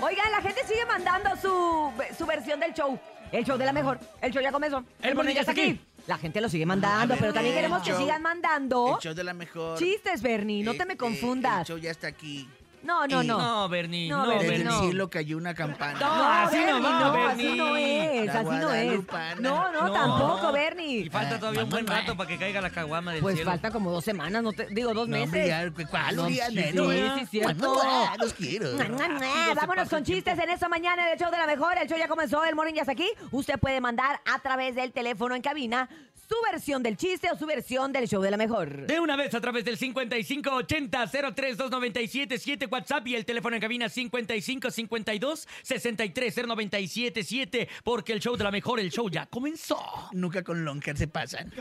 Oigan, la gente sigue mandando su, su versión del show. El show de la mejor. El show ya comenzó. El Bonilla está aquí. La gente lo sigue mandando, Ah, pero también el queremos que show. sigan mandando El show de la mejor. chistes, Bernie. No Eh, te me eh, el confundas. show ya está aquí. No, no, Y- no. No, Bernie, No, no, Bernie, Desde Bernie. el no. cielo cayó una No, campana. así no va, no, Bernie. así no es, La así no es. guadalupana. No, no, No. tampoco, Y Bernie. falta todavía un buen Mamá. rato para que caiga la caguama del Pues cielo. falta como dos semanas, no te, digo dos No, meses. hombre, ya, ¿cuál? Un No, día, sí, neno, sí, ¿eh? sí, es cierto. ¿Cuándo? Ah, Los quiero. Mua, mua, mua. se Vámonos pasa con el chistes en esta mañana del show de la mejor. El show ya comenzó, el morning ya está aquí. Usted puede mandar a través del teléfono en cabina su versión del chiste o su versión del show de la mejor. De una vez a través del 5580-032977 WhatsApp y el teléfono en cabina 5552-630977 porque el show de la mejor, el show ya comenzó. Nunca con Lonker se pasan.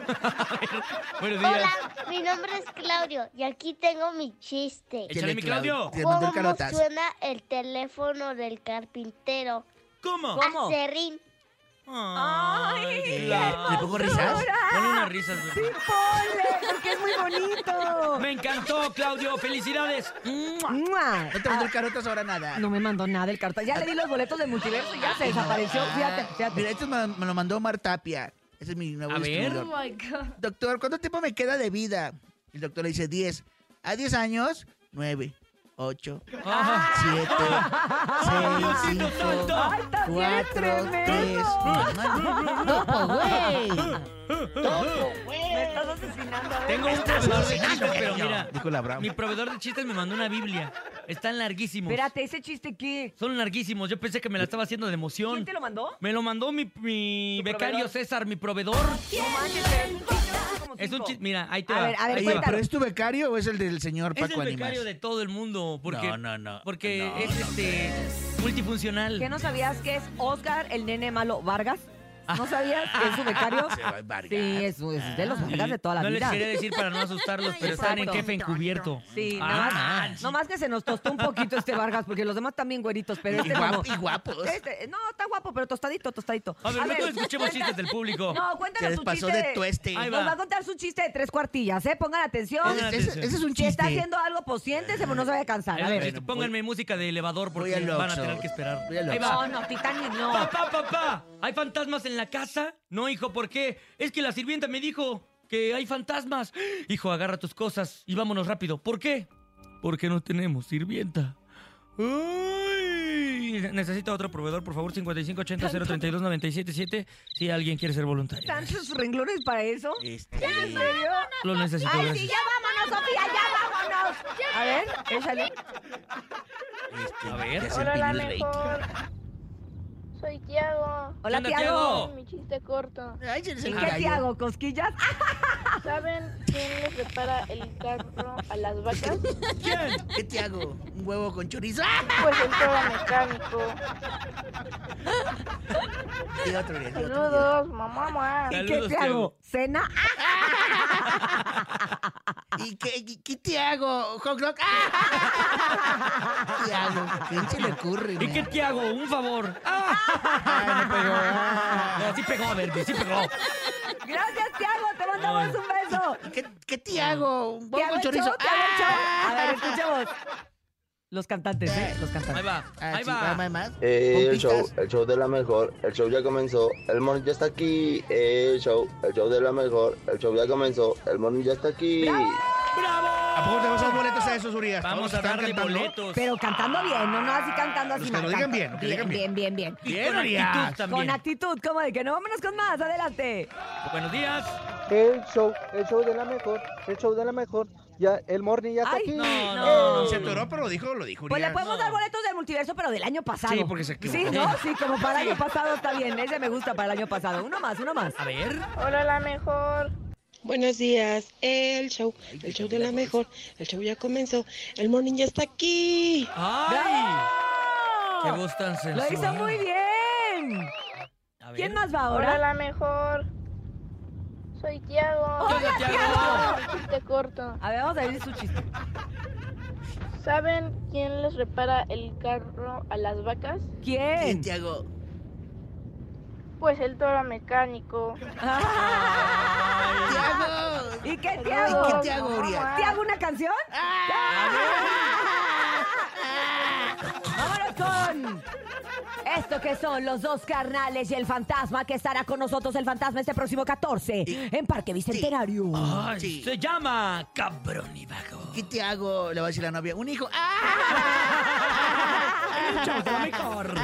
Buenos días. Hola, mi nombre es Claudio y aquí tengo mi chiste. Échale, mi Claudio. Te mandó el ¿Cómo carotas. suena el teléfono del carpintero? ¿Cómo? ¿Cómo? Acerrín. ¡Ay, Ay, qué la- Eh, ¿Le pongo risas? Ponle unas risas. Sí, ponle, porque es muy bonito. Me encantó, Claudio. Felicidades. Mua. No te mandó el carotas ahora nada. No me mandó nada el cartón. Ya le di los boletos de multiverso y ya se desapareció. Fíjate, Ah. Mira, fíjate. esto me me lo mandó Martapia. Ese es mi nuevo A ver. distribuidor. Doctor, ¿cuánto tiempo me queda de vida? El doctor le dice 10. ¿A 10 años? 9, 8, 7, Ah. 6, Diosito 5, santo. Ay, también es 4, 3. tremendo. ¡Topo, güey! Me estás asesinando. a ver. Tengo un proveedor de chistes, pero mira. Dijo la brava. Mi proveedor de chistes me mandó una Biblia. Están larguísimos. Espérate, ¿ese chiste qué? Son larguísimos. Yo pensé que me la estaba haciendo de ¿Quién emoción. te lo mandó? Me lo mandó mi, mi ¿Tu becario proveedor? César, mi proveedor. No manches, pero es un chiste, como Es un cinco. chiste. Mira, ahí te A va. ver, a ver, ahí Oye, va. cuéntalo. ¿pero es tu becario o es el del señor Es Paco el becario Animas? de todo el mundo. Porque, No, no, no, Porque no, es no este multifuncional. ¿Qué no sabías que es Oscar el nene malo Vargas? Ah. ¿No sabías que es su becario? Se va Vargas. Sí, es, es de los Sí. Vargas de toda la Ah. no vida. les quería decir para no asustarlos, pero están en Exacto. jefe encubierto. Sí, Ah, nada ah, más, nomás que se nos tostó un poquito este Vargas, porque los demás también güeritos, pero Y este guapo- no. y guapos. Este- no, está guapo, pero tostadito, tostadito. A ver, mejor escuchemos cuenta- chistes del público. No, Se cuéntanos les un pasó chiste de tueste. Ahí Nos va. va a contar su chiste de tres cuartillas, ¿eh? Pongan atención. Pongan Ese, ese- atención. ese Este es un Si chiste. está haciendo algo, pues siéntese, pues no se vaya a cansar. A Es un ver. chiste. Bueno, Este, Pónganme música de elevador porque voy al van a Oxxo. tener que esperar. Voy al Ahí va. No, no, Titanic no. Papá, papá, ¿hay fantasmas en la casa? No, hijo, ¿por qué? Es que la sirvienta me dijo que hay fantasmas. Hijo, agarra tus cosas y vámonos rápido. ¿Por qué? Porque no tenemos sirvienta. Ay, necesito otro proveedor, por favor, 5580 032 977 si alguien quiere ser voluntario. ¿Tantos renglones para eso? Este, ¿En serio? Lo necesito, Ay, sí, gracias. ya vámonos, Sofía, ya vámonos. A ver, échale. este, A ver. te hacen Hola, la pino el mejor. Soy Tiago. Hola, onda, Tiago. Tiago? Mi chiste corto. reiki. Ay, se les ¿En engañó. qué Tiago? ¿Cosquillas? ¡Ah! ¿Saben quién le prepara el carro a las vacas? ¿Quién? ¿Qué te hago? ¿Un huevo con chorizo? ¡Ah! Pues el toro mecánico. Y otro, y otro, y otro. Saludos, mamá, mamá. ¿Y qué Saludos, Tiago? Tiago. ¿Cena? ¡Ah! ¿Y qué, qué- qué te hago? ¿Hot dog? ¡Ah! ¿Qué te hago? ¿Qué se le ocurre? ¿Y qué man? te hago? Un favor. Ah, Ay, no pegó. Ah. no, sí pegó, Verdi, sí pegó. Ah, Gracias, Tiago. Te mandamos un beso. ¿Y ¿Qué, qué te hago? ¿Un huevo Tiago con el chorizo? show, Tiago el show. ¡Ah! A ver, escuchemos. Los cantantes, ¿eh? Los Ahí cantantes. va, Ah, ahí sí, va, va. más, más. Eh, el Pompitas. show, el show de la mejor, el show ya comenzó, el morning ya está aquí, eh, el show, el show de la mejor, el show ya comenzó, el morning ya está aquí. ¿A ¡Bravo! poco tenemos dos boletos a esos, Urias? Vamos a ¿Todos están darle cantando? boletos. Pero cantando bien, no, no así cantando así. Los que lo mal, digan canta- bien, que digan bien, bien, bien. Y Bien, con Urias. actitud Con también. actitud, como de que no, vámonos con más, adelante. Buenos días. El show, el show de la mejor, el show de la mejor. Ya, el morning ya está Ay, aquí. No, No. no, no. Se atoró, pero lo dijo, lo dijo Pues le Urias. podemos dar boletos del multiverso, pero del año pasado. Sí, porque se equivocó. Sí, ¿no? Sí, como para el año pasado está bien. Ese me gusta para el año pasado. Uno más, uno más. A ver. Hola, la mejor. Buenos días, el show, el show de la mejor, el show ya comenzó, el morning ya está aquí. ¡Ay! ¡Qué ¡Bravo! voz tan sensual! Lo hizo muy bien. A ver. ¿Quién más va Hola, ahora? la mejor. Soy Tiago. ¿Qué onda, Tiago? Mi chiste corto. A ver, vamos a ver su chiste. ¿Saben quién les repara el carro a las vacas? ¿Qué ¿Quién? te hago? Pues el toro mecánico. ¿Qué te hago? ¿Y qué te ¿Y hago? qué te hago, Urias? ¿Te hago una canción? ¡Ah! Vámonos con Oigan, esto que son los dos carnales y el fantasma que estará con nosotros el fantasma este próximo 14 en Parque Bicentenario. Ah. Ay, Sí. Se llama Cabrón y Vago. ¿Qué te hago? Le va a decir la novia. Un hijo. ¡Ah! Chao, mejor.